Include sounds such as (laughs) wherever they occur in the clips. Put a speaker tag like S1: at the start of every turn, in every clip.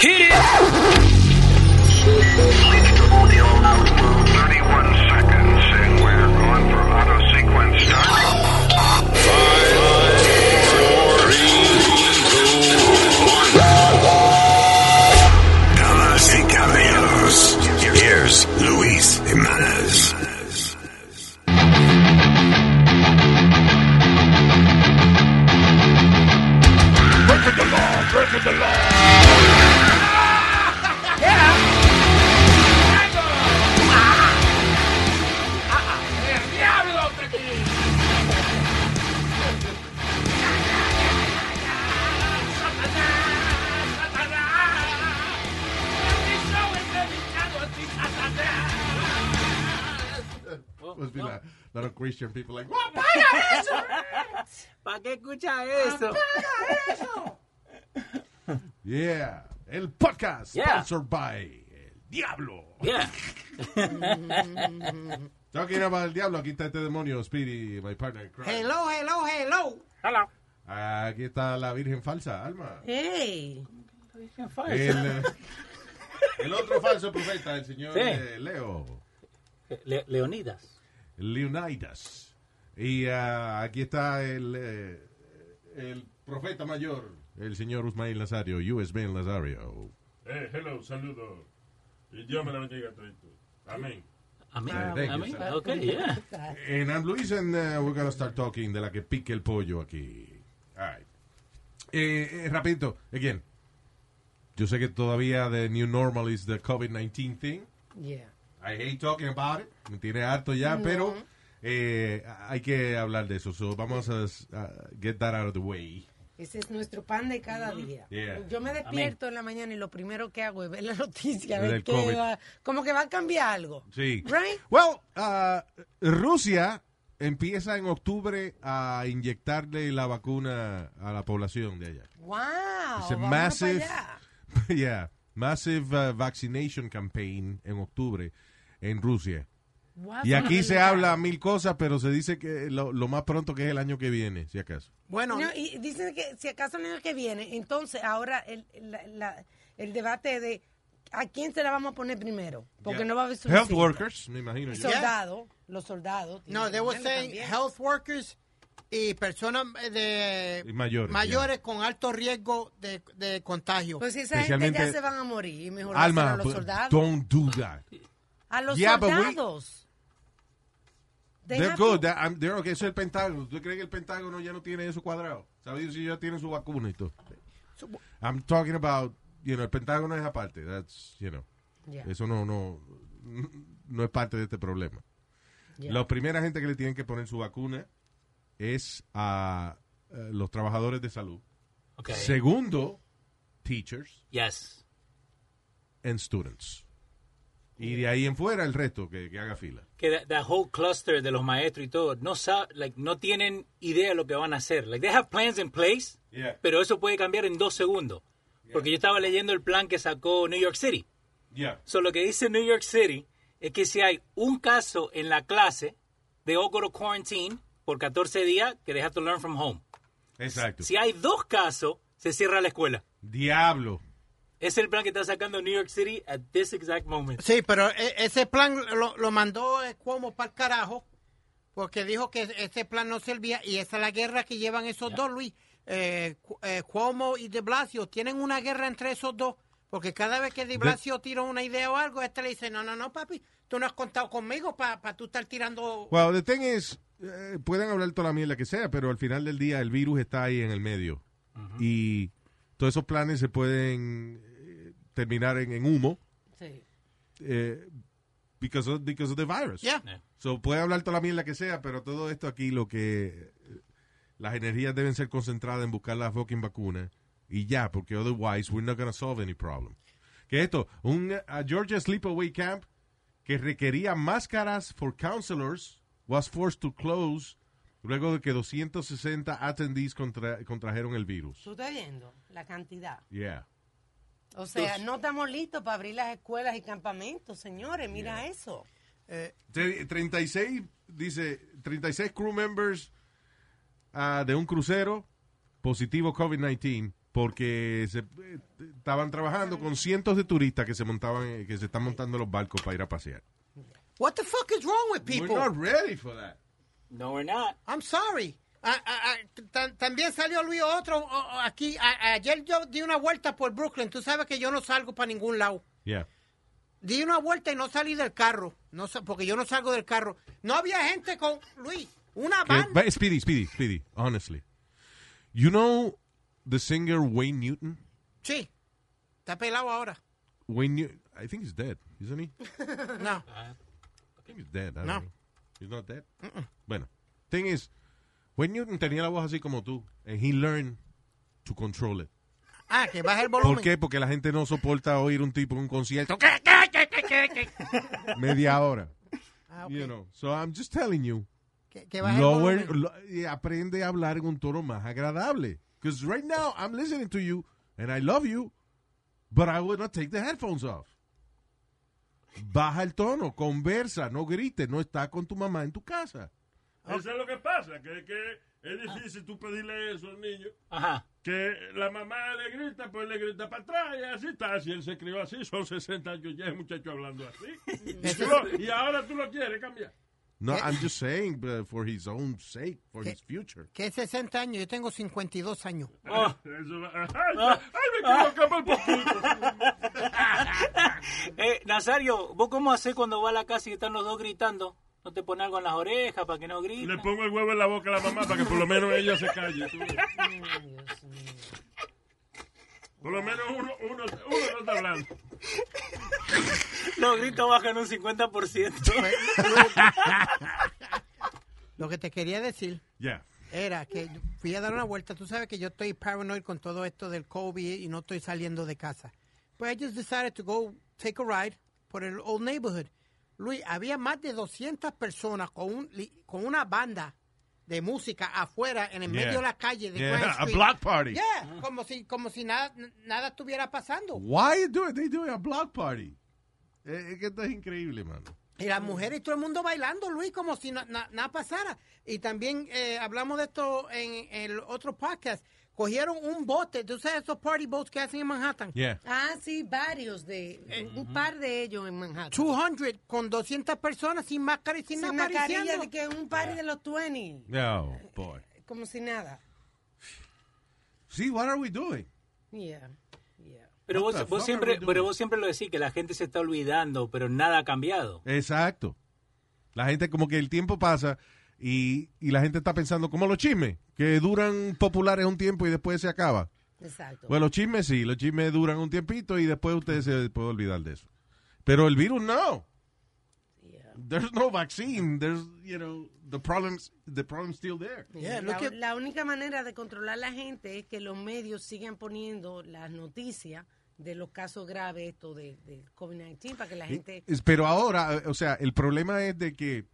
S1: Hit it!
S2: Damas y caballeros, here's Luis Jimenez.
S3: Must be like a lot of Christian people like, what?
S4: ¿Para qué escucha eso?
S3: Yeah. El podcast
S4: Yeah.
S3: sponsored by El Diablo.
S4: Yeah.
S3: Talking about El Diablo, aquí está este demonio, Speedy, my partner. in crime.
S5: Hello, hello, hello.
S4: Hello.
S3: Aquí está la Virgen falsa, Alma.
S5: Hey.
S3: El, eh, el otro falso profeta, el señor
S4: Sí.
S3: eh, Leo.
S4: Le- Leonidas.
S3: Leonidas. Y ah, aquí está el, eh, el profeta mayor, el señor Usmail Nazario, USB Nazario.
S6: Eh, hello, saludo. Y Dios me la bendiga a todos. Amén.
S4: Amén.
S3: Ah, thank you,
S4: Amén.
S3: sir.
S4: Ok, yeah.
S3: And I'm Luis, and uh, we're gonna start talking de la que pique el pollo aquí. All right. Eh, eh, rapidito, again. Yo sé que todavía the new normal is the COVID-19 thing.
S5: Yeah.
S3: I hate talking about it. Me tiene harto ya, pero eh, hay que hablar de eso. So vamos a uh, get that out of the way.
S5: Ese es nuestro pan de cada día.
S3: Yeah.
S5: Yo me despierto en la mañana y lo primero que hago es ver la noticia, a ver
S3: Del
S5: qué
S3: COVID.
S5: va- como que va a cambiar algo.
S3: Sí.
S5: Right?
S3: Well, uh, Rusia empieza en octubre a inyectarle la vacuna a la población de allá.
S5: Wow.
S3: It's a
S5: vámonos
S3: massive,
S5: para allá.
S3: (laughs) yeah, massive uh, vaccination campaign en octubre en Rusia.
S5: Ah,
S3: Y aquí se habla mil cosas, pero se dice que lo, lo más pronto que es el año que viene, si acaso.
S7: Bueno,
S5: No, y dicen que si acaso el año que viene, entonces ahora el, la- la- el debate de a quién se la vamos a poner primero, porque
S3: Yeah.
S5: no va a haber
S3: Health
S5: suficiente.
S3: workers, me imagino.
S5: Y
S3: yo.
S5: Soldado, los soldados.
S7: no, they were
S5: debo
S7: saying health workers y personas eh, de
S3: Y mayores,
S7: mayores con alto riesgo de, de contagio.
S5: Pues esa gente ya
S3: Especialmente-
S5: se van a morir, y mejor
S3: Alma, pues,
S5: hacer a los
S3: but
S5: soldados.
S3: don't do that.
S5: A los
S3: Yeah, but we-
S5: soldados. They
S3: They're
S5: have
S3: good.
S5: to-
S3: That- I'm- they're okay. Eso es el Pentágono. ¿Tú crees que el Pentágono ya no tiene eso cuadrado? ¿Sabes si ya tiene su vacuna y todo? I'm talking about, you know, el Pentágono es aparte. That's, you know.
S5: Yeah.
S3: Eso no, no, no es parte de este problema.
S5: Yeah.
S3: La primera gente que le tienen que poner su vacuna es a eh, los trabajadores de salud.
S4: Okay.
S3: Segundo, teachers
S4: Yes.
S3: and students. Y de ahí en fuera el resto que, que haga fila.
S4: Que that, that whole cluster de los maestros y todo, no sa- like, no tienen idea de lo que van a hacer. Like, they have plans in place,
S3: Yeah.
S4: pero eso puede cambiar en dos segundos. Porque yo estaba leyendo el plan que sacó New York City.
S3: Yeah.
S4: So, lo que dice New York City es que si hay un caso en la clase, they all go to quarantine por 14 días, que they have to learn from home.
S3: Exacto.
S4: Si hay dos casos, se cierra la escuela.
S3: Diablo.
S4: Es el plan que está sacando New York City at this exact moment.
S7: Sí, pero e- ese plan lo, lo mandó eh, Cuomo para el carajo, porque dijo que ese plan no servía y esa es la guerra que llevan esos dos, Luis. Eh, Cu- eh, Cuomo y de Blasio tienen una guerra entre esos dos, porque cada vez que de Blasio tira una idea o algo, este le dice, no, no, no, papi, tú no has contado conmigo para tú estar tirando...
S3: Well, the thing is, eh, pueden hablar toda la mierda que sea, pero al final del día el virus está ahí en el medio. Y todos esos planes se pueden eh, terminar en, en humo
S5: Sí.
S3: eh, because, of, because of the virus.
S7: Yeah.
S4: Yeah.
S3: So, puede hablar toda la mierda que sea, pero todo esto aquí lo que... eh, Las energías deben ser concentradas en buscar la fucking vacuna y ya, porque otherwise we're not going to solve any problem. Que esto, un eh, a Georgia Sleepaway Camp que requería máscaras for counselors was forced to close luego de que 260 attendees contra- contrajeron el virus.
S5: ¿Tú estás viendo la cantidad?
S3: Yeah.
S5: O sea, no estamos listos para abrir las escuelas y campamentos, señores. Mira eso.
S3: Tre- 36, dice, 36 crew members ah, de un crucero positivo COVID-19 porque se, eh, estaban trabajando con cientos de turistas que se montaban, eh, que se están montando los barcos para ir a pasear.
S7: What the fuck is wrong with people?
S3: We're not ready for that.
S4: No, we're not.
S7: I'm sorry. Ah, ah, ah, tan- también salió Luis otro oh, oh, aquí. A- ayer yo di una vuelta por Brooklyn. Tú sabes que yo no salgo para ningún lado.
S3: Yeah.
S7: Di una vuelta y no salí del carro. No sa- porque yo no salgo del carro. No había gente con Luis. Una
S3: Que-
S7: banda.
S3: ve, Speedy, Speedy, Speedy, honestly. You know the singer Wayne Newton?
S7: Sí. Está pelado ahora.
S3: Wayne Newton, I think he's dead, isn't he?
S7: No.
S3: I think he's dead. I don't
S7: No.
S3: know. He's not dead. Bueno, thing is, Wayne Newton tenía la voz así como tú, and he learned to control it.
S7: Ah, que baja el volumen.
S3: ¿Por qué? Porque la gente no soporta oír un tipo en un concierto. ¿Qué, qué, qué, qué, qué, qué? Media hora.
S7: Ah, (laughs) ok.
S3: You know. So I'm just telling you.
S7: que, que baja el
S3: Lower,
S7: volumen.
S3: lo- y aprende a hablar en un tono más agradable. Because right now I'm listening to you and I love you, but I would not take the headphones off. Baja el tono, conversa, no grites, no está con tu mamá en tu casa.
S6: Eso es lo que pasa, que, que es difícil tú pedirle eso al niño.
S4: Ajá.
S6: Que la mamá le grita, pues le grita para atrás y así está. Si él se crió así, son 60 años ya es muchacho hablando así. Y, tú lo- y ahora tú lo quieres cambiar.
S3: No, I'm just saying but for his own sake, for his future.
S7: Que es 60 años. Yo tengo 52 años.
S6: Eso va- ay, ay, me equivoqué por poquito.
S4: Eh, Nazario, ¿vos cómo haces cuando vas a la casa y están los dos gritando? ¿No te pones algo en las orejas para que no
S6: Le
S4: griten?
S6: pongo el huevo en la boca a la mamá para que por lo menos ella se calle. tú ves. Por lo menos uno, uno, uno no está hablando.
S4: Los gritos bajan un
S3: eh,
S4: 50%.
S7: Lo que te quería decir
S3: Yeah.
S7: era que fui a dar una vuelta. Tú sabes que yo estoy paranoid con todo esto del COVID y no estoy saliendo de casa. Pues I just decided to go take a ride por el old neighborhood. Luis, había más de 200 personas con, un, li- con una banda de música afuera en el
S3: Yeah.
S7: medio de la calle de
S3: Yeah,
S7: Grand
S3: a
S7: Street.
S3: block party.
S7: Yeah, como si, como si nada, nada estuviera pasando.
S3: Why you do it? They doing a block party. Eh, Es que esto es increíble, mano.
S7: Y las
S5: Mm.
S7: mujeres y todo el mundo bailando, Luis, como si na- na- nada pasara. Y también eh, hablamos de esto en, en el otro podcast. Cogieron un bote, tú sabes esos party boats que hacen en Manhattan.
S3: Yeah.
S5: Ah, sí, varios de,
S3: Eh,
S5: un par de ellos en Manhattan.
S7: 200 con 200 personas sin máscara y
S5: Sin
S7: sin, nada
S5: mascarilla
S7: apareciendo.
S5: de que un party de los 20,
S3: No, Oh, boy.
S5: como si nada.
S3: See, what are we doing?
S5: Yeah, yeah.
S4: Pero
S3: What
S4: vos,
S3: the
S4: vos
S3: fuck are we
S4: siempre,
S3: doing?
S4: pero vos siempre lo decís, que la gente se está olvidando, pero nada ha cambiado.
S3: Exacto. La gente, como que el tiempo pasa y, y la gente está pensando, como los chismes, que duran populares un tiempo y después se acaba.
S5: Exacto.
S3: Bueno, los chismes sí, los chismes duran un tiempito y después ustedes se pueden olvidar de eso. Pero el virus no.
S5: Yeah.
S3: There's no vaccine. There's, you know, the problem's, the problem's still there.
S7: Yeah,
S5: la,
S7: look at-
S5: la única manera de controlar la gente es que los medios sigan poniendo las noticias de los casos graves esto de, de COVID-19 para que la gente...
S3: Es- Pero ahora, eh, o sea, el problema es de que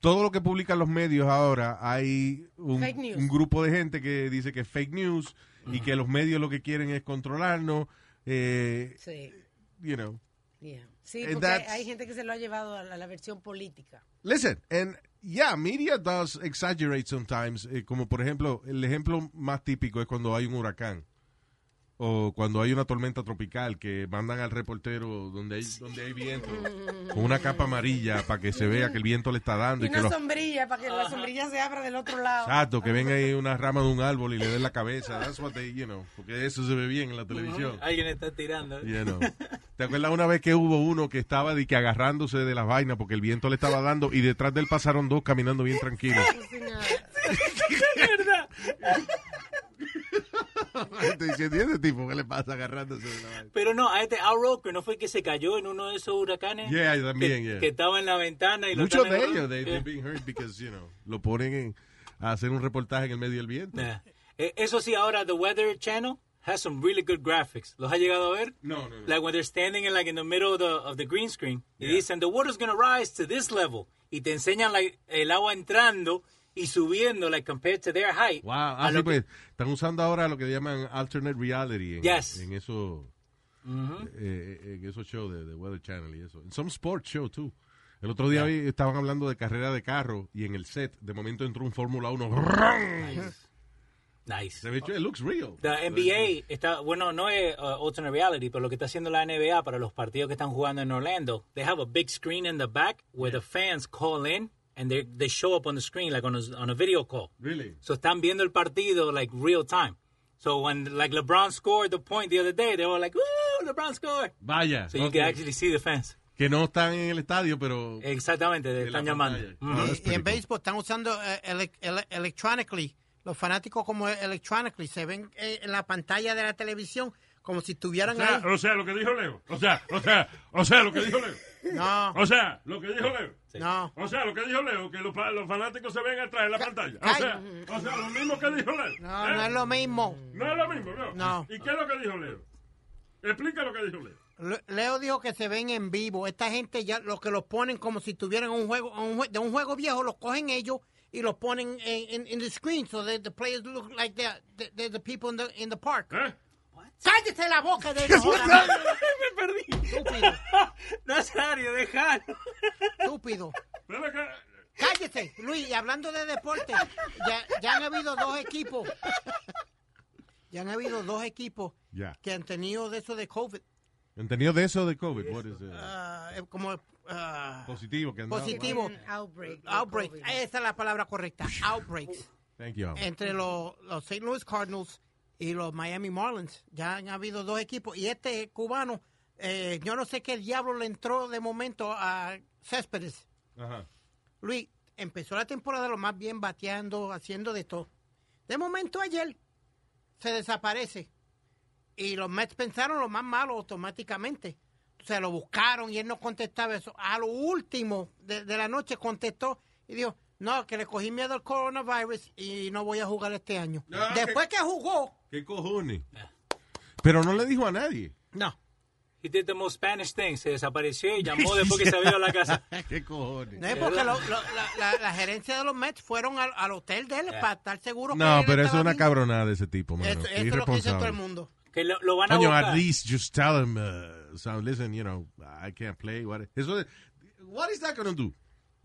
S3: todo lo que publican los medios ahora, hay un,
S5: Fake news. Mm.
S3: un grupo de gente que dice que es fake news y que los medios lo que quieren es controlarnos. eh,
S5: Sí,
S3: you know.
S5: yeah. Sí,
S3: And
S5: porque hay,
S3: that's-
S5: hay gente que se lo ha llevado a la, la versión política.
S3: Listen, and yeah, media does exaggerate sometimes. eh, como por ejemplo, el ejemplo más típico es cuando hay un huracán o cuando hay una tormenta tropical que mandan al reportero donde hay, donde hay viento con una capa amarilla para que se vea que el viento le está dando
S5: Y
S3: y Mm. que
S5: una
S3: los
S5: sombrilla para que la sombrilla se abra del otro lado.
S3: Exacto, que venga ahí una rama de un árbol y le den la cabeza. That's what they, you know, porque eso se ve bien en la televisión.
S4: Alguien está tirando.
S3: You
S4: (laughs)
S3: know. ¿Te acuerdas una vez que hubo uno que estaba de que agarrándose de las vainas porque el viento le estaba dando y detrás de él pasaron dos caminando bien tranquilos?
S5: Sí, nada.
S3: (laughs) Estoy diciendo, "¿Y este tipo qué le pasa agarrándose de la vaina?
S4: Pero no, a este Al Roker no fue que se cayó en uno de esos huracanes.
S3: Yeah,
S4: que-
S3: también,
S4: que,
S3: yeah.
S4: estaba en la ventana y lo
S3: Muchos
S4: estaban
S3: de
S4: en- Eh,
S3: ellos, they,
S4: Yeah.
S3: they're being hurt because, you know, lo ponen en- a hacer un reportaje en el medio del viento.
S4: Yeah. Eh, Eso sí, ahora The Weather Channel has some really good graphics. ¿Los ha llegado a ver?
S3: No, no, no.
S4: Like when they're standing in, like, in the middle of the, of the green screen. Y dicen, the water's gonna rise to this level. Y te enseñan like, el agua entrando y subiendo, like compared to their height.
S3: Wow,
S4: A
S3: así
S4: lo que-
S3: pues, están usando ahora lo que llaman alternate reality en,
S4: Yes.
S3: en eso, eh, eh, en esos shows de, de Weather Channel y eso. En some sports show, too. El otro día vi- estaban hablando de carrera de carro y en el set, de momento entró un Fórmula 1.
S4: Nice.
S3: Se ve chulo. It looks real.
S4: La NBA está, bueno, no es uh, alternate reality, pero lo que está haciendo la NBA para los partidos que están jugando en Orlando, they have a big screen in the back where the fans call in and they, they show up on the screen like on a, on a video call.
S3: Really?
S4: So están viendo el partido like real time. So when like LeBron scored the point the other day, they were like, "Woo, LeBron scored!"
S3: Vaya.
S4: So you
S3: ok.
S4: can actually see the fans.
S3: Que no están en el estadio, pero...
S4: Exactamente, te
S3: En la
S4: Eh, están llamando.
S3: pantalla.
S4: Mm.
S3: Ah, that's
S7: Y, y
S3: pretty
S7: en
S3: cool.
S7: béisbol están usando eh, ele- ele- electronically. Los fanáticos como electronically se ven eh, en la pantalla de la televisión como si
S6: O
S7: estuvieran
S6: sea,
S7: ahí.
S6: o sea, lo que dijo Leo. O sea, o sea, o sea, lo que dijo Leo.
S7: No,
S6: O sea, lo que dijo Leo.
S7: no.
S6: O sea, lo que dijo Leo, que los, pa- los fanáticos se ven atrás de la pantalla. O sea, o sea, lo mismo que dijo Leo.
S7: No,
S6: ¿Eh?
S7: no es lo mismo.
S6: No es lo mismo, Leo.
S7: No.
S6: ¿Y qué es lo que dijo Leo? Explica lo que dijo Leo.
S7: Le- Leo dijo que se ven en vivo. Esta gente ya los que los ponen como si tuvieran un juego un jue- de un juego viejo, los cogen ellos y los ponen en en- in the screen so that the players look like they're, they're the people in the, in the park.
S6: ¿Eh?
S7: Cállate la boca de ellos. joder,
S4: (laughs) Me perdí. (laughs)
S7: Estúpido,
S4: Nazario, dejalo.
S7: estúpido.
S6: Ven acá.
S7: Cállese, Luis, y hablando de deporte, ya, ya han habido dos equipos. Ya han habido dos equipos
S3: Ya.
S7: que han tenido de eso de COVID.
S3: ¿Entendido de eso de COVID? What is it?
S7: ah, eh, como ah,
S3: Positivo. Que han dado.
S7: Positivo.
S5: Tiene un outbreak. de
S7: outbreaks.
S5: COVID.
S4: eh,
S7: Esa es la palabra correcta. Outbreaks.
S3: Thank you. Albert.
S7: Entre los, los St. Louis Cardinals y los Miami Marlins. Ya han habido dos equipos. Y este cubano, eh, yo no sé qué diablo le entró de momento a Céspedes.
S3: Ajá.
S7: Luis, empezó la temporada lo más bien bateando, haciendo de todo. De momento ayer se desaparece. Y los Mets pensaron lo más malo automáticamente. Se lo buscaron y él no contestaba eso. A lo último de, de la noche contestó y dijo, no, que le cogí miedo al coronavirus y no voy a jugar este año.
S3: Ah,
S7: Después que jugó,
S3: ¿Qué cojones? Pero no le dijo a
S7: (laughs)
S3: nadie.
S7: no.
S4: (laughs) He did the most Spanish thing. Se desapareció y llamó después que se había ido a la casa.
S3: (laughs) ¿Qué cojones?
S7: No es porque lo- lo- la, la- la gerencia de los Mets fueron al, al hotel de él para estar seguro que
S3: No,
S7: él
S3: pero eso
S7: estaba
S3: es una
S7: bien.
S3: cabronada de ese tipo, mano.
S7: Eso,
S3: Qué
S7: eso es lo que dice todo
S3: irresponsable.
S7: el mundo.
S4: Que lo, lo van a
S3: Coño,
S4: buscar.
S3: at least just tell him, uh, so listen, you know, I can't play. What, eso de- what is that going to do?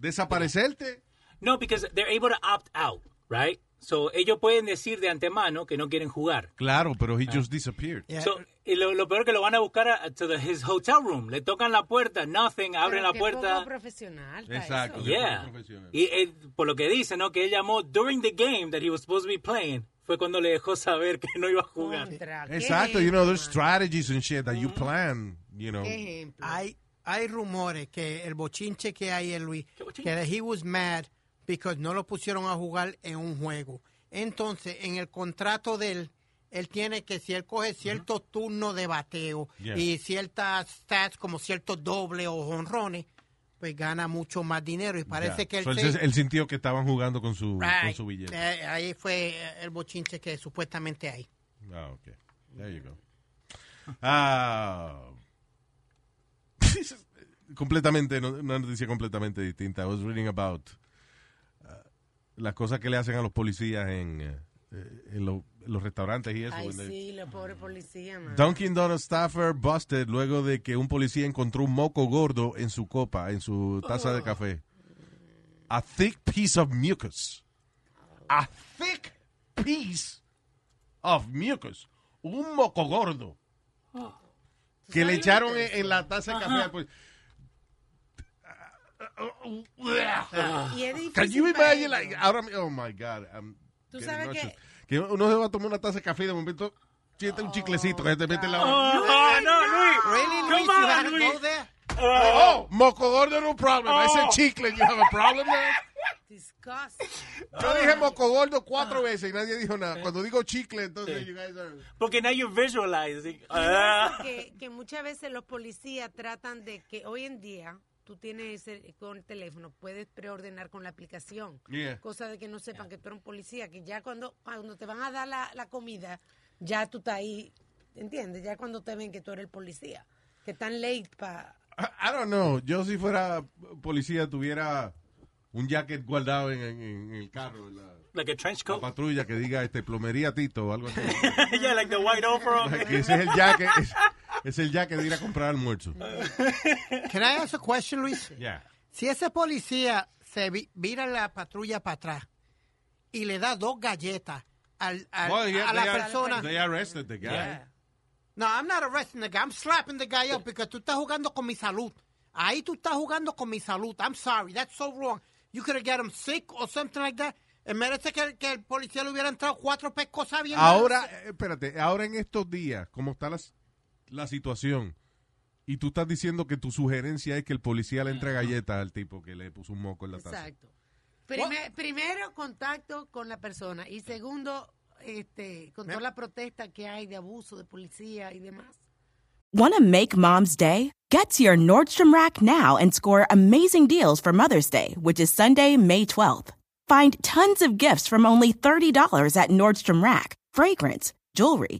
S3: ¿Desaparecerte?
S4: No, because they're able to opt out, right? So ellos pueden decir de antemano que no quieren jugar.
S3: Claro, pero he just disappeared.
S7: Yeah.
S4: So, y lo, lo peor que lo van a buscar a, to the- his hotel room. Le tocan la puerta, nothing, abren
S5: Pero
S4: la
S5: qué
S4: puerta.
S5: poco profesional. está
S3: Exacto.
S5: eso.
S3: Qué
S4: Yeah.
S3: poco profesional.
S4: Y él, por lo que dice, ¿no? Que él llamó during the game that he was supposed to be playing. Fue cuando le dejó saber que no iba a jugar.
S5: Contra, qué
S3: Exacto, you know, there's
S5: ejemplo,
S3: strategies and shit that you
S7: Mm.
S3: plan, you know.
S5: man. Qué ejemplo.
S3: Ah,
S7: Hay, hay rumores que el bochinche que hay en Luis,
S4: ¿Qué bochinche?
S7: que he was mad because no lo pusieron a jugar en un juego. Entonces, en el contrato de él, él tiene que si él coge cierto turno de bateo
S3: Yeah.
S7: y ciertas stats como ciertos dobles o jonrones, pues gana mucho más dinero y parece
S3: Ya.
S7: que él
S3: So,
S7: se-
S3: él, él sintió que estaban jugando con su, con
S7: Right.
S3: su billete.
S7: Eh, ahí fue eh, el bochinche que supuestamente hay.
S3: Ah, okay. There you go. Ah. (laughs) completamente, no- una noticia completamente distinta. I was reading about uh, las cosas que le hacen a los policías en, eh, en lo- en los restaurantes y eso.
S5: Ay,
S3: when they-
S5: sí, la pobre policía, man.
S3: Dunkin' Donuts staffer busted luego de que un policía encontró un moco gordo en su copa, en su taza de café. A thick piece of mucus. A thick piece of mucus. Un moco gordo. Que le echaron en, en la taza de café. pues. al policía.
S5: Y es difícil
S3: Can you imagine?
S5: para ellos.
S3: Like, ahora, mi- oh my God. I'm
S5: Tú
S3: getting
S5: sabes que-
S3: nauseous. que uno se va a tomar una taza de café y de momento siente un chiclecito que te mete en la boca.
S4: Oh, no, no, Luis.
S7: Really,
S4: Come
S7: Luis, you
S4: on,
S7: gotta
S4: Luis.
S7: go there?
S3: Oh, moco gordo no problem.
S5: Oh.
S3: I said chicle, you have a problem there?
S5: Disgusting. Oh.
S3: Yo dije moco gordo cuatro
S5: Ah.
S3: veces y nadie dijo nada. Cuando digo chicle, entonces you guys are...
S4: Porque now you're visualizing.
S5: Pienso
S4: Ah.
S5: que, que muchas veces los policías tratan de que hoy en día tú tienes el- con el teléfono, puedes preordenar con la aplicación.
S3: Yeah.
S5: Cosa de que no sepan que tú eres un policía, que ya cuando, cuando te van a dar la, la comida, ya tú estás ahí, ¿entiendes? Ya cuando te ven que tú eres el policía, que están late para...
S3: I, I don't know. Yo si fuera policía tuviera un jacket guardado en, en- en el carro, en la,
S4: Like a trench
S3: la
S4: coat.
S3: patrulla que diga este plomería Tito o algo
S5: (laughs)
S3: así.
S4: (laughs) yeah, like the white overall. (laughs)
S3: Que ese es el jacket, es, es el jacket de ir a comprar almuerzo.
S7: Can I ask a question, Luis?
S3: (laughs) Yeah.
S7: Si ese policía se vi- vira la patrulla para atrás y le da dos galletas al, al-
S3: Well, yeah,
S7: a la
S3: they are-
S7: persona.
S3: They arrested the guy.
S7: Yeah. No, I'm not arresting the guy. I'm slapping the guy up because tú estás jugando con mi salud. Ahí tú estás jugando con mi salud. I'm sorry. That's so wrong. You could have got him sick or something like that. Eh, Merece que, que el policía le hubiera entrado cuatro pescosas bien.
S3: Ahora, eh, espérate, ahora en estos días, ¿cómo está la, s- la situación? Y tú estás diciendo que tu sugerencia es que el policía le entre galletas al tipo que le puso un moco en la taza.
S5: Exacto. Prime- primero, contacto con la persona. Y segundo, este, con toda la protesta que hay de abuso de policía y demás.
S1: Want to make mom's day? Get to your Nordstrom Rack now and score amazing deals for Mother's Day, which is Sunday, May 12th. Find tons of gifts from only $30 at Nordstrom Rack fragrance, jewelry,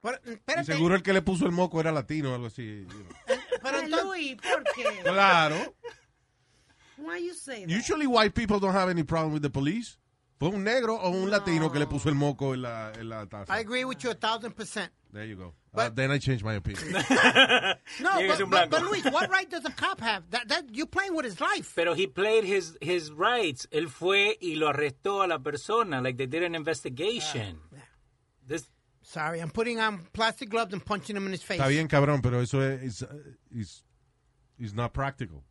S7: Pero,
S3: Y
S7: espérate,
S3: seguro el que le puso el moco era latino o algo así. you know.
S7: pero
S5: Pero
S7: entonces-
S5: Luis, ¿por qué?
S3: Claro.
S5: Why you say that?
S3: Usually white people don't have any problem with the police. Fue un negro o un latino que le puso el moco en la, en la taza.
S7: I agree with you a thousand percent.
S3: There you go. Uh,
S7: But-
S3: then I changed my opinion.
S7: No,
S4: Tiene que ser
S7: but,
S4: un
S7: but,
S4: blanco.
S7: but Luis, what right does a cop have? That, that, you're playing with his life.
S4: Pero he played his, his rights. Él fue y lo arrestó a la persona. Like they did an investigation.
S7: Ah,
S4: This,
S7: Sorry, I'm putting on plastic gloves and punching him in his face.
S3: Está bien, cabrón, pero eso es is, uh, is- is not practical.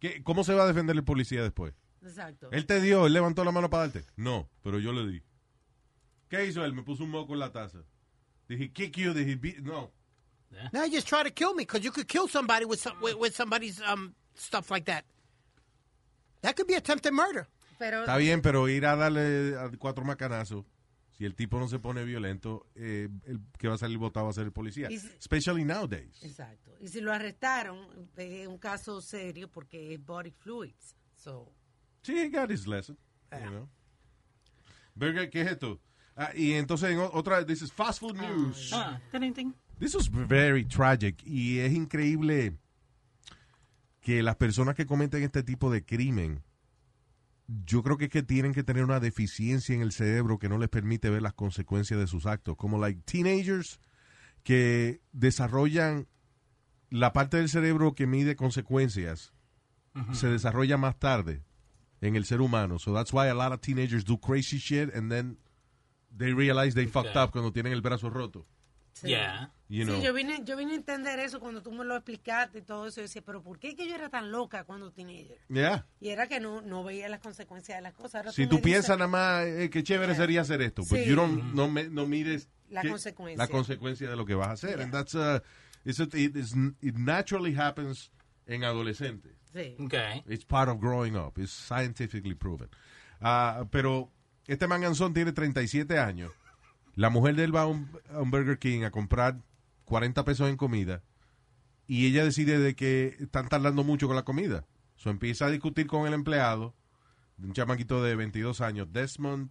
S3: ¿Qué- ¿Cómo se va a defender el policía después?
S5: Exacto.
S3: Él te dio, él levantó la mano para darte. No, pero yo le di. ¿Qué hizo él? Me puso un moco en la taza. Did he kick you? Did he beat? No.
S7: Now you just try to kill me because you could kill somebody with, some, with, with somebody's um, stuff like that. That could be attempted murder.
S5: Pero
S3: Está bien, pero ir a darle a cuatro macanazos. Si el tipo no se pone violento, eh, el que va a salir votado va a ser el policía.
S5: Y si-
S3: Especially nowadays.
S5: Exacto. Y si lo arrestaron, es un caso serio porque es body fluids. So,
S3: Sí, he got his lesson.
S5: Ah.
S3: you know. Verga, ¿qué es esto? Ah, y entonces, en o- otra, this is fast food news.
S4: ah, ting, ting.
S3: This is very tragic y es increíble que las personas que cometen este tipo de crimen, yo creo que es que tienen que tener una deficiencia en el cerebro que no les permite ver las consecuencias de sus actos, como like teenagers que desarrollan la parte del cerebro que mide consecuencias se desarrolla más tarde en el ser humano. So that's why a lot of teenagers do crazy shit and then they realize they fucked up cuando tienen el brazo roto.
S5: sí.
S4: Yeah.
S3: You know.
S5: Sí, yo vine, yo vine a entender eso cuando tú me lo explicaste y todo eso. Yo decía, pero ¿por qué que yo era tan loca cuando tenía
S3: Yeah.
S5: Y era que no, no veía las consecuencias de las cosas. Ahora
S3: Si
S5: me
S3: tú
S5: dices-
S3: piensas nada más, eh, qué chévere sería hacer esto, pues
S5: Sí.
S3: you don't- no, me- no mires
S5: La
S3: qué-
S5: consecuencia.
S3: la consecuencia de lo que vas a hacer. And that's, uh, it's a- it, is- it naturally happens en adolescentes.
S5: Sí.
S4: Okay.
S3: It's part of growing up. It's scientifically proven. Ah, pero este manganzón tiene 37 años. La mujer de él va a un, a un Burger King a comprar 40 pesos en comida y ella decide de que están tardando mucho con la comida. So empieza a discutir con el empleado, un chamaquito de 22 años, Desmond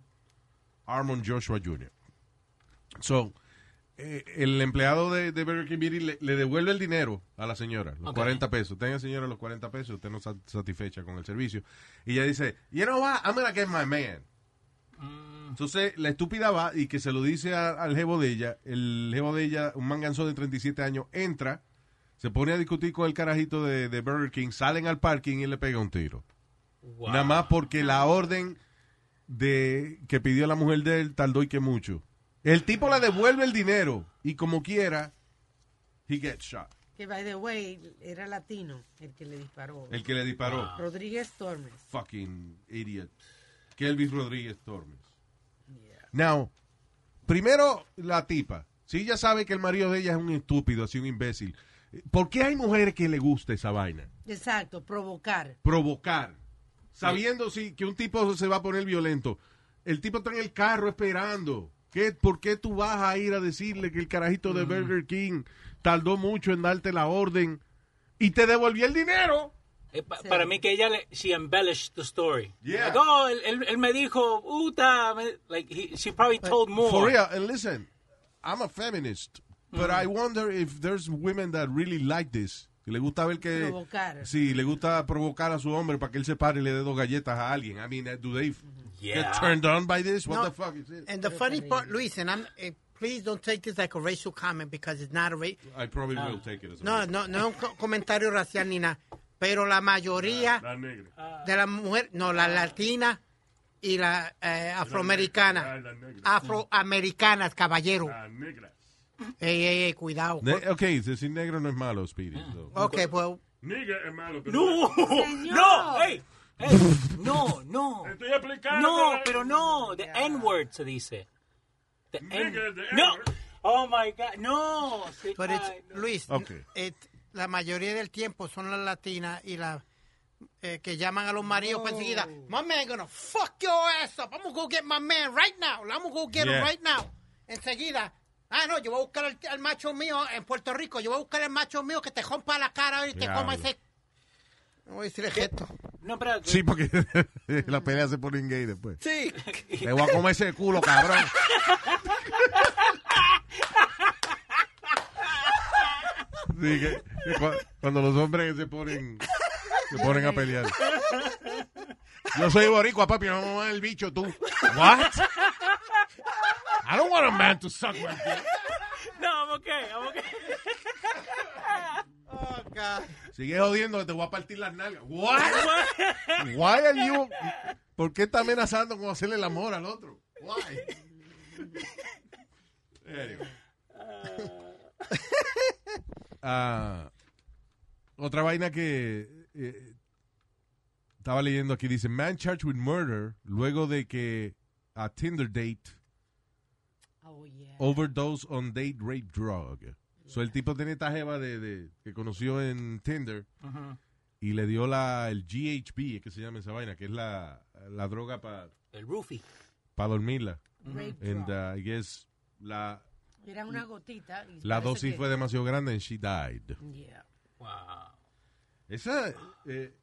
S3: Armond Joshua Jr. So, eh, el empleado de, de Burger King viene y le, le devuelve el dinero a la señora, los
S4: Ok.
S3: 40 pesos. Tenga, señora, los 40 pesos, usted no está satisfecha con el servicio. Y ella dice, you know what, I'm gonna get my man. Entonces, la estúpida va y que se lo dice a- al jevo de ella. El jevo de ella, un manganzo de 37 años, entra, se pone a discutir con el carajito de, de Burger King, salen al parking y le pega un tiro.
S4: Wow.
S3: Nada más porque la orden de que pidió la mujer de él tardó y que mucho. El tipo le devuelve el dinero y como quiera, he gets shot.
S5: Que, by the way, era latino el que le disparó.
S3: El que le disparó.
S5: Rodríguez Tormes.
S3: Fucking idiot. Kelvis Rodríguez Tormes. Now, primero la tipa. Si ella sabe que el marido de ella es un estúpido, así un imbécil. ¿Por qué hay mujeres que le gusta esa vaina?
S5: Exacto, provocar.
S3: provocar, sabiendo si que un tipo se va a poner violento. El tipo está en el carro esperando. ¿Qué, ¿Por qué tú vas a ir a decirle que el carajito
S4: Mm.
S3: de Burger King tardó mucho en darte la orden y te devolvió el dinero?
S4: Eh, pa- Para mí que ella, le, she embellished the story.
S3: Yeah.
S4: Like, oh, él, él- él me dijo, puta, me- like, he- she probably told more.
S3: For real, and listen, I'm a feminist, but
S4: Mm.
S3: I wonder if there's women that really like this. Que le gusta ver que...
S5: Provocar.
S3: Sí, le gusta provocar a su hombre para que él se pare y le dé dos galletas a alguien. I mean, do they f-
S4: Yeah.
S3: get turned on by this? What
S7: No.
S3: the fuck is it?
S7: And the funny part, Luis, and I'm eh, please don't take this like a racial comment because it's not a race.
S3: I probably will take it as a
S7: No, no, no es un co- comentario racial ni nada. Pero la mayoría
S6: La negra.
S7: de las mujeres, no, la latina y la eh, afroamericana,
S6: negra, la negra.
S7: afroamericanas, caballero.
S6: La negra.
S7: Ey, ey, ey, cuidado.
S3: Ne- ok, decir negro no es malo, Speedy. so.
S7: Ok, pues,
S6: Negra es malo. pero-
S4: (laughs) No, no, hey, hey, no, no.
S6: Te Estoy explicando.
S4: No,
S6: la-
S4: pero no, the N-word se dice. The N
S6: Nigga, the
S4: No.
S6: N-word.
S4: Oh my God, no. se-
S7: pero it's-
S4: ay, no.
S7: Luis,
S3: Ok.
S7: it- la mayoría del tiempo son las latinas y las eh, que llaman a los maridos perseguidas. My man gonna fuck your ass up. I'm gonna go get my man right now. I'm gonna go get
S3: Yeah.
S7: him right now. Enseguida. Ah, no, yo voy a buscar al, al macho mío en Puerto Rico. Yo voy a buscar al macho mío que te rompa la cara y te
S3: Diablo.
S7: coma ese... No voy a decir esto.
S4: No, pero
S3: Sí, porque (laughs) la pelea se pone en gay después.
S7: Sí.
S3: Te voy a comer ese culo, cabrón. Sí, que- que cua- cuando los hombres se ponen, se ponen a pelear. Yo soy boricua, papi, no me el bicho tú. What? I don't want a man to suck my dick.
S4: no, I'm okay, I'm okay.
S7: Oh, God.
S3: Sigue jodiendo que te voy a partir las nalgas. What? Why are you ¿Por qué está amenazando con hacerle el amor al otro? Why? Anyway. Ah, otra vaina que eh, estaba leyendo aquí dice man charged with murder luego de que a Tinder date
S5: Oh, yeah.
S3: overdose on date rape drug. So el tipo tenía esta jeva de, de- que conoció en Tinder y le dio la el GHB, es que se llama esa vaina, que es la, la droga para
S4: El roofie.
S3: dormirla.
S5: Rape
S3: And
S5: drop.
S3: uh, I guess la,
S5: Era una gotita. y
S3: la
S5: parece
S3: dosis
S5: que-
S3: fue demasiado grande and she died.
S5: Yeah.
S4: Wow.
S3: Esa eh,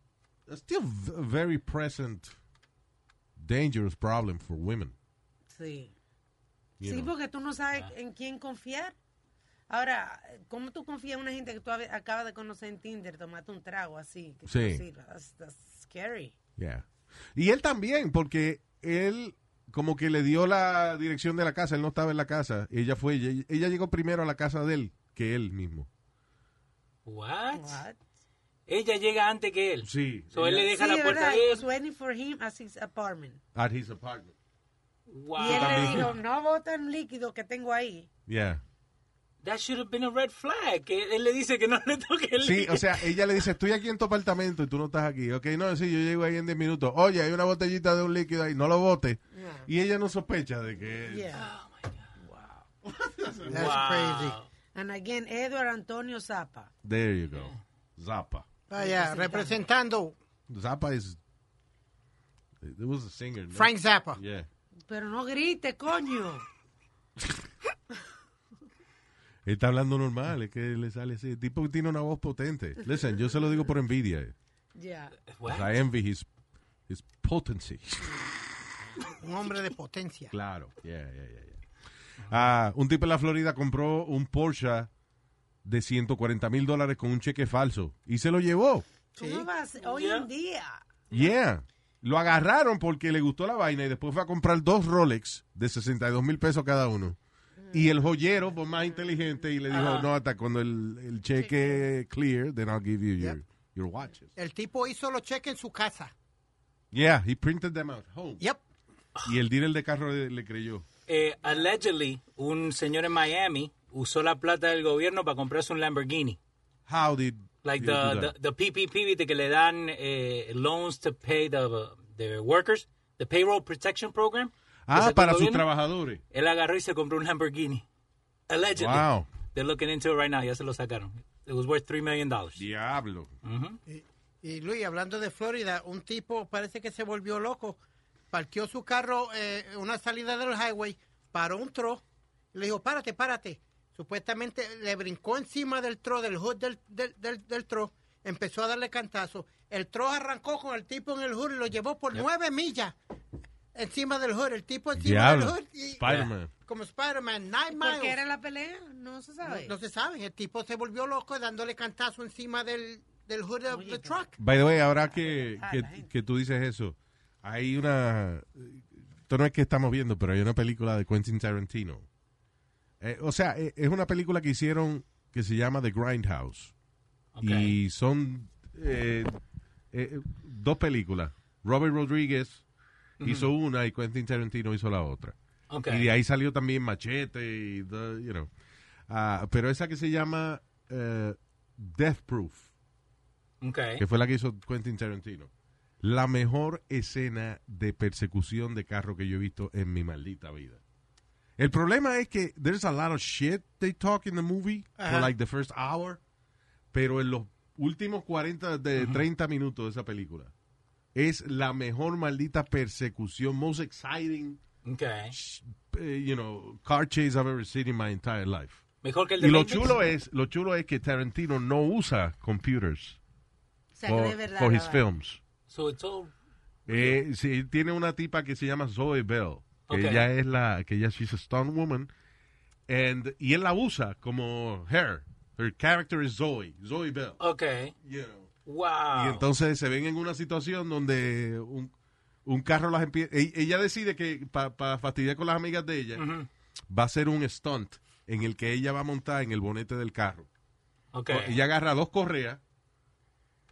S3: that's still v- a very present dangerous problem for women.
S5: Sí.
S3: you
S5: Sí,
S3: know.
S5: porque tú no sabes
S4: Ah.
S5: en quién confiar. Ahora, ¿cómo tú confías en una gente que tú ab- acabas de conocer en Tinder? Tomate un trago así. Que
S3: Sí.
S5: sí. That's, that's scary.
S3: Yeah. Y él también, porque él como que le dio la dirección de la casa, él no estaba en la casa, ella fue, ella, ella llegó primero a la casa de él que él mismo.
S4: What?
S5: What?
S4: Ella llega antes que él.
S3: Sí.
S4: So él le deja
S5: sí,
S4: la puerta
S5: ¿verdad?
S4: a
S5: He
S4: él.
S5: was waiting for him at his apartment.
S3: At his apartment.
S4: Wow.
S5: Y él le dijo, no botan líquido que tengo ahí.
S3: Yeah.
S4: That should have been a red flag. Que él le dice que no le toque el
S3: Sí, o sea, ella le dice, estoy aquí en tu apartamento y tú no estás aquí. Ok, no, sí, yo llego ahí en 10 minutos. Oye, hay una botellita de un líquido ahí, no lo bote. Y ella no sospecha de que...
S5: Yeah.
S7: That's crazy.
S5: And again, Edward Antonio Zappa.
S3: There you go. Zappa.
S7: Vaya, representando
S3: Zappa is... There was a singer. no?
S7: Frank Zappa.
S3: Yeah.
S5: Pero no grite, coño.
S3: Él está hablando normal, es que le sale así. El tipo tiene una voz potente. Listen, yo se lo digo por envidia. eh.
S5: Yeah.
S4: What?
S3: I envy his, his potency. (laughs)
S7: Un hombre de potencia.
S3: Claro. Yeah, yeah, yeah, yeah. Ah, un tipo en la Florida compró un Porsche de 140 mil dólares con un cheque falso y se lo llevó.
S5: ¿Cómo vas hoy en día?
S3: Yeah. Lo agarraron porque le gustó la vaina y después fue a comprar dos Rolex de 62 mil pesos cada uno. Y el joyero fue más inteligente y le dijo, no, hasta cuando el, el cheque clear, then I'll give you your, your watches.
S7: El tipo hizo los cheques en su casa.
S3: Yeah, he printed them out home.
S7: Yep.
S3: Y el dealer de carro le, le creyó.
S4: Eh, allegedly, un señor en Miami usó la plata del gobierno para comprarse un Lamborghini.
S3: How did
S4: Like
S3: you do
S4: the,
S3: that?
S4: the, the PPP, viste, que le dan eh, loans to pay the, the workers, the Payroll Protection Program. que
S3: Ah,
S4: sacó
S3: para
S4: el
S3: sus
S4: gobierno.
S3: trabajadores.
S4: Él agarró y se compró un Lamborghini. Allegedly.
S3: Wow.
S4: They're looking into it right now. Ya se lo sacaron. It was worth $3 million. Mm-hmm.
S3: Diablo.
S7: Y, y, Luis, hablando de Florida, un tipo parece que se volvió loco. Parqueó su carro eh, en una salida del highway, paró un tro, y le dijo, párate, párate. Supuestamente le brincó encima del tro, del hood del, del, del, del tro, empezó a darle cantazo. El tro arrancó con el tipo en el hood y lo llevó por nueve millas encima del hood. El tipo encima del
S3: Diablo.
S7: hood. y-
S3: Spider-Man.
S7: Como Spider-Man, nine
S5: ¿Por qué
S7: miles.
S5: era la pelea? No se sabe.
S7: No se sabe. El tipo se volvió loco dándole cantazo encima del, del hood of the truck.
S3: By the way, ahora que, que, que tú dices eso, hay una... Esto no es que estamos viendo, pero hay una película de Quentin Tarantino. Eh, o sea, eh, es una película que hicieron que se llama The Grindhouse. Y son eh, eh, dos películas. Robert Rodriguez hizo una y Quentin Tarantino hizo la otra.
S4: Ok.
S3: Y de ahí salió también Machete y, the- you know. Ah, pero esa que se llama eh, Death Proof
S4: Ok.
S3: que fue la que hizo Quentin Tarantino. La mejor escena de persecución de carro que yo he visto en mi maldita vida. El problema es que there's a lot of shit they talk in the movie for
S7: Ajá.
S3: like the first hour, pero en los últimos 40 de 30 minutos de esa película es la mejor maldita persecución, most exciting,
S4: Ok.
S3: sh- eh, you know, car chase I've ever seen in my entire life.
S4: Mejor que el de
S3: Y lo
S4: Matrix.
S3: chulo es, lo chulo es que Tarantino no usa computers
S5: O sea, que
S3: for,
S5: de verdad.
S3: for
S5: la
S3: his
S5: va-
S3: films.
S4: So it's all-
S3: Eh, sí, tiene una tipa que se llama Zoe Bell, que
S4: Ok.
S3: ella es la, que ella she's a stunt woman, and, y él la usa como her. Her character is Zoe, Zoe Bell.
S4: Ok.
S3: you know.
S4: Oh. Wow.
S3: Y entonces se ven en una situación donde un, un carro las empieza. e- Ella decide que para fastidiar con las amigas de ella, va a hacer un stunt en el que ella va a montar en el bonete del carro.
S4: Ok.
S3: Co- Ella agarra dos correas.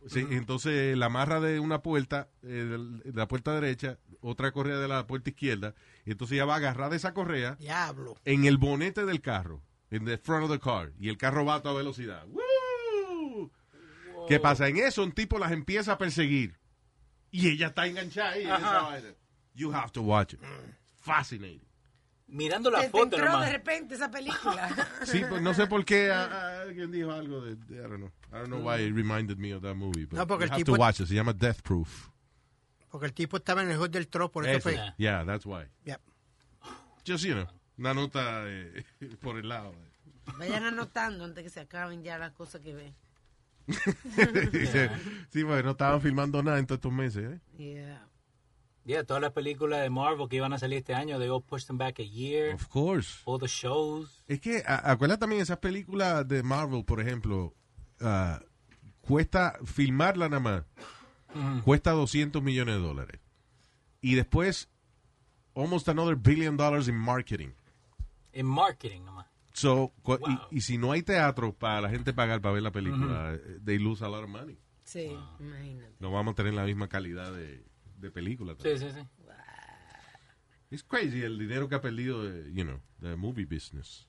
S3: Sí, Entonces la amarra de una puerta, eh, del- de la puerta derecha, otra correa de la puerta izquierda. y entonces ella va a agarrar de esa correa
S7: Diablo.
S3: en el bonete del carro, en the front of the car. Y el carro va a toda velocidad. ¡Woo! ¿Qué pasa? En eso un tipo las empieza a perseguir. Y ella está enganchada ahí en esa vaina. You have to watch it. Fascinating.
S4: Mirando
S5: Te-
S4: la
S5: te
S4: foto
S5: entró de
S4: nomás.
S5: repente esa
S4: (laughs)
S5: película.
S7: (laughs)
S3: Sí, pues no sé por qué ah, ah, alguien dijo algo de, de- I don't know. I don't know why it reminded me of that movie. But
S7: No, porque
S3: you
S7: el
S3: have
S7: tipo-
S3: to watch it. Se llama Death Proof.
S7: Porque el tipo estaba en el hood del tro, por eso,
S3: Eso.
S7: fue.
S3: Yeah, that's why.
S7: Yep.
S3: Just, you know, una nota eh, (laughs) por el lado. eh.
S7: (laughs)
S5: Vayan anotando antes que se acaben ya las cosas que ven.
S3: (laughs) sí, bueno, no estaban filmando nada en todos estos meses, ¿eh?
S5: Yeah.
S4: Yeah, todas las películas de Marvel que iban a salir este año, they all pushed them back a year.
S3: Of course.
S4: All the shows.
S3: Es que, a- acuérdate también esas películas de Marvel, por ejemplo, ah, cuesta filmarla nada más, cuesta 200 millones de dólares. Y después, almost another billion dollars in marketing.
S4: En marketing nomás.
S3: So, cu- y, y si no hay teatro para la gente pagar para ver la película, eh, they lose a lot of money.
S5: Sí, imagínate.
S3: No vamos a tener la misma calidad de, de película.
S4: Sí,
S3: también.
S4: sí, sí.
S3: It's crazy el dinero que ha perdido, eh, you know, the movie business.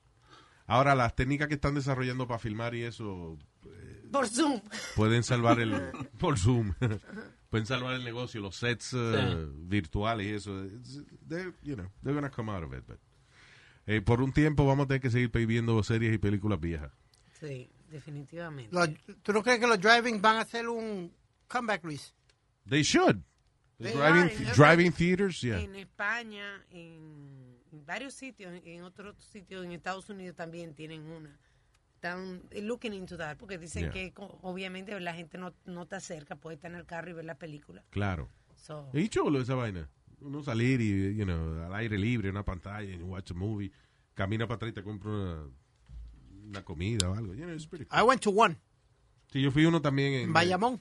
S3: Ahora, las técnicas que están desarrollando para filmar y eso,
S5: Por Zoom.
S3: pueden salvar
S4: (laughs)
S3: el por Zoom (laughs) pueden salvar el negocio los sets uh, virtuales y eso It's- they're, you know they're gonna come out of it but- Eh, por un tiempo vamos a tener que seguir viendo series y películas viejas
S5: Sí, definitivamente.
S7: Los- ¿Tú no crees que los driving van a hacer un comeback, Luis?
S3: they should
S7: They
S3: driving,
S5: are, yeah.
S3: driving theaters yeah
S5: En España, en, en varios sitios, en, en otros sitios, en Estados Unidos también tienen una. Están looking into that, porque dicen
S3: Yeah.
S5: que co- obviamente la gente no, no está cerca, puede estar en el carro y ver la película.
S3: claro
S5: So,
S3: y chulo esa vaina uno salir y you know al aire libre una pantalla and watch a movie camina para atrás y te compra una, una comida o algo you know, it's pretty cool.
S7: I went to one.
S3: sí, yo fui uno también en
S7: En Bayamón.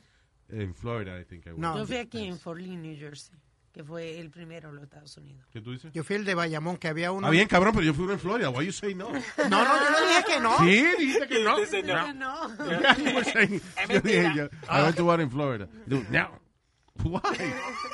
S3: en Florida I think I went.
S7: No.
S5: yo fui aquí en Fort Lee, New Jersey, que fue el primero en los Estados Unidos.
S3: ¿qué tú dices?
S7: Yo fui el de Bayamón, que había uno.
S3: Ah, bien, cabrón, pero yo fui uno en Florida. Why you say no?
S7: No, no, yo no dije que no.
S3: Sí, dijiste que no.
S4: Dice no.
S5: No,
S3: (laughs) You were saying- yo dije, yo, I went to one in Florida. Dude, no. (laughs) Why? (laughs)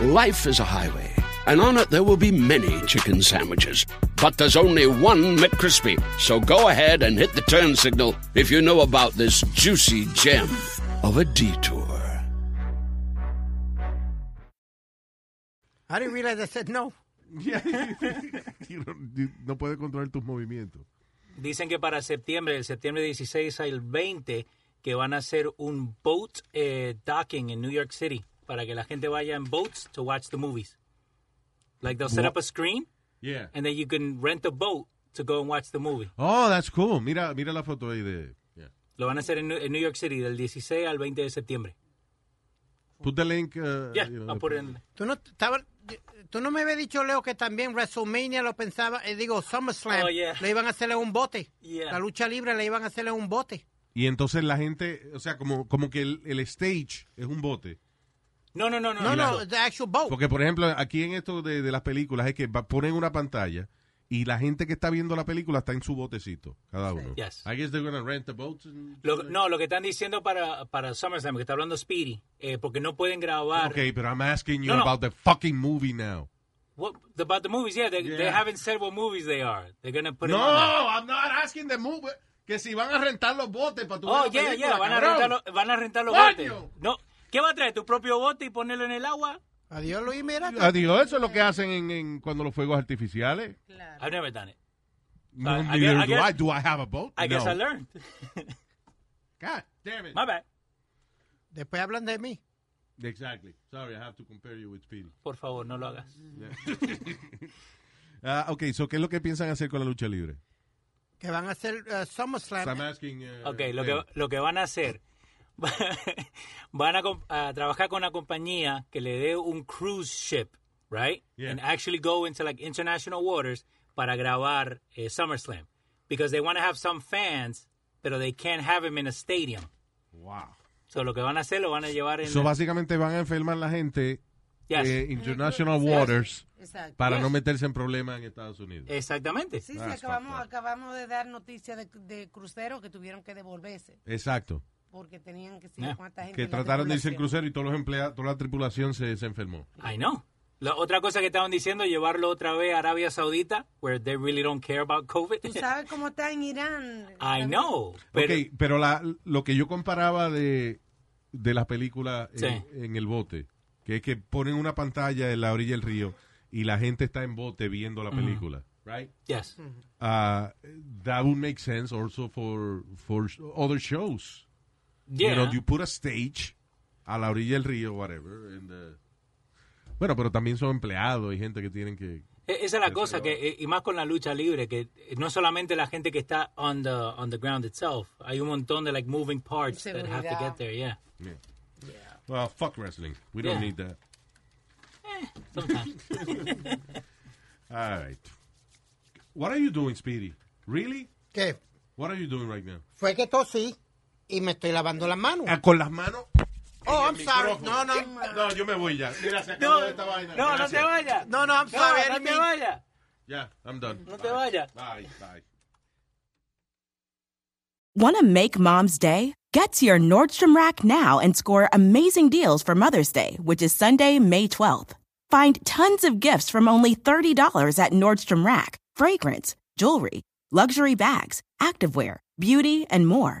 S8: Life is a highway, and on it there will be many chicken sandwiches. But there's only one McCrispy. So go ahead and hit the turn signal if you know about this juicy gem of a detour.
S7: I didn't realize I said no.
S3: You know, no puedes controlar tus movimientos.
S4: Dicen que para septiembre, del septiembre 16 al 20, que van a hacer un boat eh, docking en New York City para que la gente vaya en boats to watch the movies. Like they'll set up a screen
S3: Yeah.
S4: and then you can rent a boat to go and watch the movie.
S3: Oh, that's cool. Mira, mira la foto ahí de. Yeah.
S4: Lo van a hacer en, New- en New York City del 16 al 20 de septiembre.
S3: Put the link. uh,
S4: Yeah,
S3: you know,
S4: I'll put it in.
S7: Tú no, estaba- tú no me habías dicho, Leo, que también WrestleMania lo pensaba, eh, digo, SummerSlam,
S4: Oh, yeah.
S7: le iban a hacerle un bote.
S4: Yeah.
S7: La lucha libre le iban a hacerle un bote.
S3: Y entonces la gente, o sea, como, como que el, el stage es un bote.
S4: No, no, no, no.
S7: No,
S4: no.
S7: no, the actual boat.
S3: Porque, por ejemplo, aquí en esto de, de las películas es que va- ponen una pantalla y la gente que está viendo la película está en su botecito, cada uno.
S4: Yes.
S3: I guess they're gonna rent the boats. and-
S4: Lo, no, lo que están diciendo para, para SummerSlam, que está hablando Speedy, eh, porque no pueden grabar.
S3: Okay, but I'm asking you
S4: No, no.
S3: about the fucking movie now.
S4: What, about the movies, yeah they, they
S3: Yeah.
S4: haven't said what movies they are. They're going to put it
S3: No,
S4: on there.
S3: I'm not asking the movie. Que si van a rentar los botes para tu ver
S4: Oh,
S3: la
S4: yeah,
S3: película,
S4: yeah, van a,
S3: cabrón.
S4: rentar los, van a rentar los botes.
S3: ¡Coño!
S4: No, ¿Qué va a traer? ¿Tu propio bote y ponerlo en el agua?
S7: Adiós, Luis, mira.
S3: Adiós, eso es lo que hacen en, en- cuando los fuegos artificiales.
S4: I've never done it.
S3: No,
S4: I- I
S3: neither
S4: guess- I
S3: do I.
S4: guess-
S3: Do I have a boat?
S4: I guess
S3: no.
S4: I learned. (laughs)
S3: God damn it.
S4: My bad.
S7: Después hablan de mí.
S3: Exactly. Sorry, I have to compare you with Speedy.
S4: Por favor, no lo hagas.
S3: Ah, ok, so, ¿qué es lo que piensan hacer con la lucha libre?
S7: Que van a hacer eh, SummerSlam.
S3: So I'm asking, eh,
S4: Ok, lo que,
S3: eh,
S4: lo que van a hacer, (laughs) van a, com- a trabajar con una compañía que le dé un cruise ship, right?
S3: Yeah.
S4: And actually go into like international waters para grabar eh, SummerSlam. Because they want to have some fans, pero they can't have them in a stadium.
S3: Wow.
S4: So lo que van a hacer lo van a llevar en...
S3: So, básicamente van a enfermar la gente
S4: Yes.
S3: eh, international waters
S5: Exacto.
S3: para no meterse en problemas en Estados Unidos.
S4: Eh. Exactamente.
S5: Sí, sí,
S3: That's
S5: acabamos,
S3: Ah, fucked up.
S5: acabamos de dar noticias de, de cruceros que tuvieron que devolverse
S3: Exacto.
S5: porque tenían que
S4: Yeah.
S5: ser cuánta gente.
S3: Que
S5: en la
S3: trataron de irse en
S5: tripulación.
S3: crucero y todos los empleados, toda la tripulación se, se enfermó.
S4: I know. La otra cosa que estaban diciendo, llevarlo otra vez a Arabia Saudita, where they really don't care about
S5: Tú
S4: COVID.
S5: sabes cómo está en Irán.
S4: (laughs) I know.
S3: Pero,
S4: Pero,
S3: pero la, lo que yo comparaba de, de las películas en,
S4: Sí.
S3: en el bote, que es que ponen una pantalla en la orilla del río y la gente está en bote viendo la película. Right?
S4: yes.
S3: Uh, that would make sense also for, for other shows. You
S4: Yeah.
S3: know, you put a stage a la orilla del río, whatever. and, uh, bueno, pero también son empleados y gente que tienen que...
S4: E- Esa es la cosa, que, eh, y más con la lucha libre, que eh, no solamente la gente que está on the, on the ground itself, hay un montón de like moving parts that have to
S5: Seguridad.
S4: get there, yeah.
S3: Well, fuck wrestling. We don't
S4: Yeah. Eh,
S3: need that. (laughs) All right. What are you doing, Speedy? Really?
S7: ¿Qué?
S3: What are you doing right now?
S7: Fue que tosí y me estoy lavando las manos.
S3: Eh, con las manos.
S7: Oh, I'm sorry. No, no.
S3: No, yo me voy ya. Mira, se acabó esta vaina. Gracias.
S4: vayas.
S7: No, no, I'm sorry. I didn't mean-
S4: vayas.
S3: Ya, I'm done.
S4: No te vayas.
S3: Bye, bye.
S1: Want to make mom's day? Get to your Nordstrom Rack now and score amazing deals for Mother's Day, which is Sunday, May 12th. Find tons of gifts from only $30 at Nordstrom Rack fragrance, jewelry, luxury bags, activewear, beauty, and more.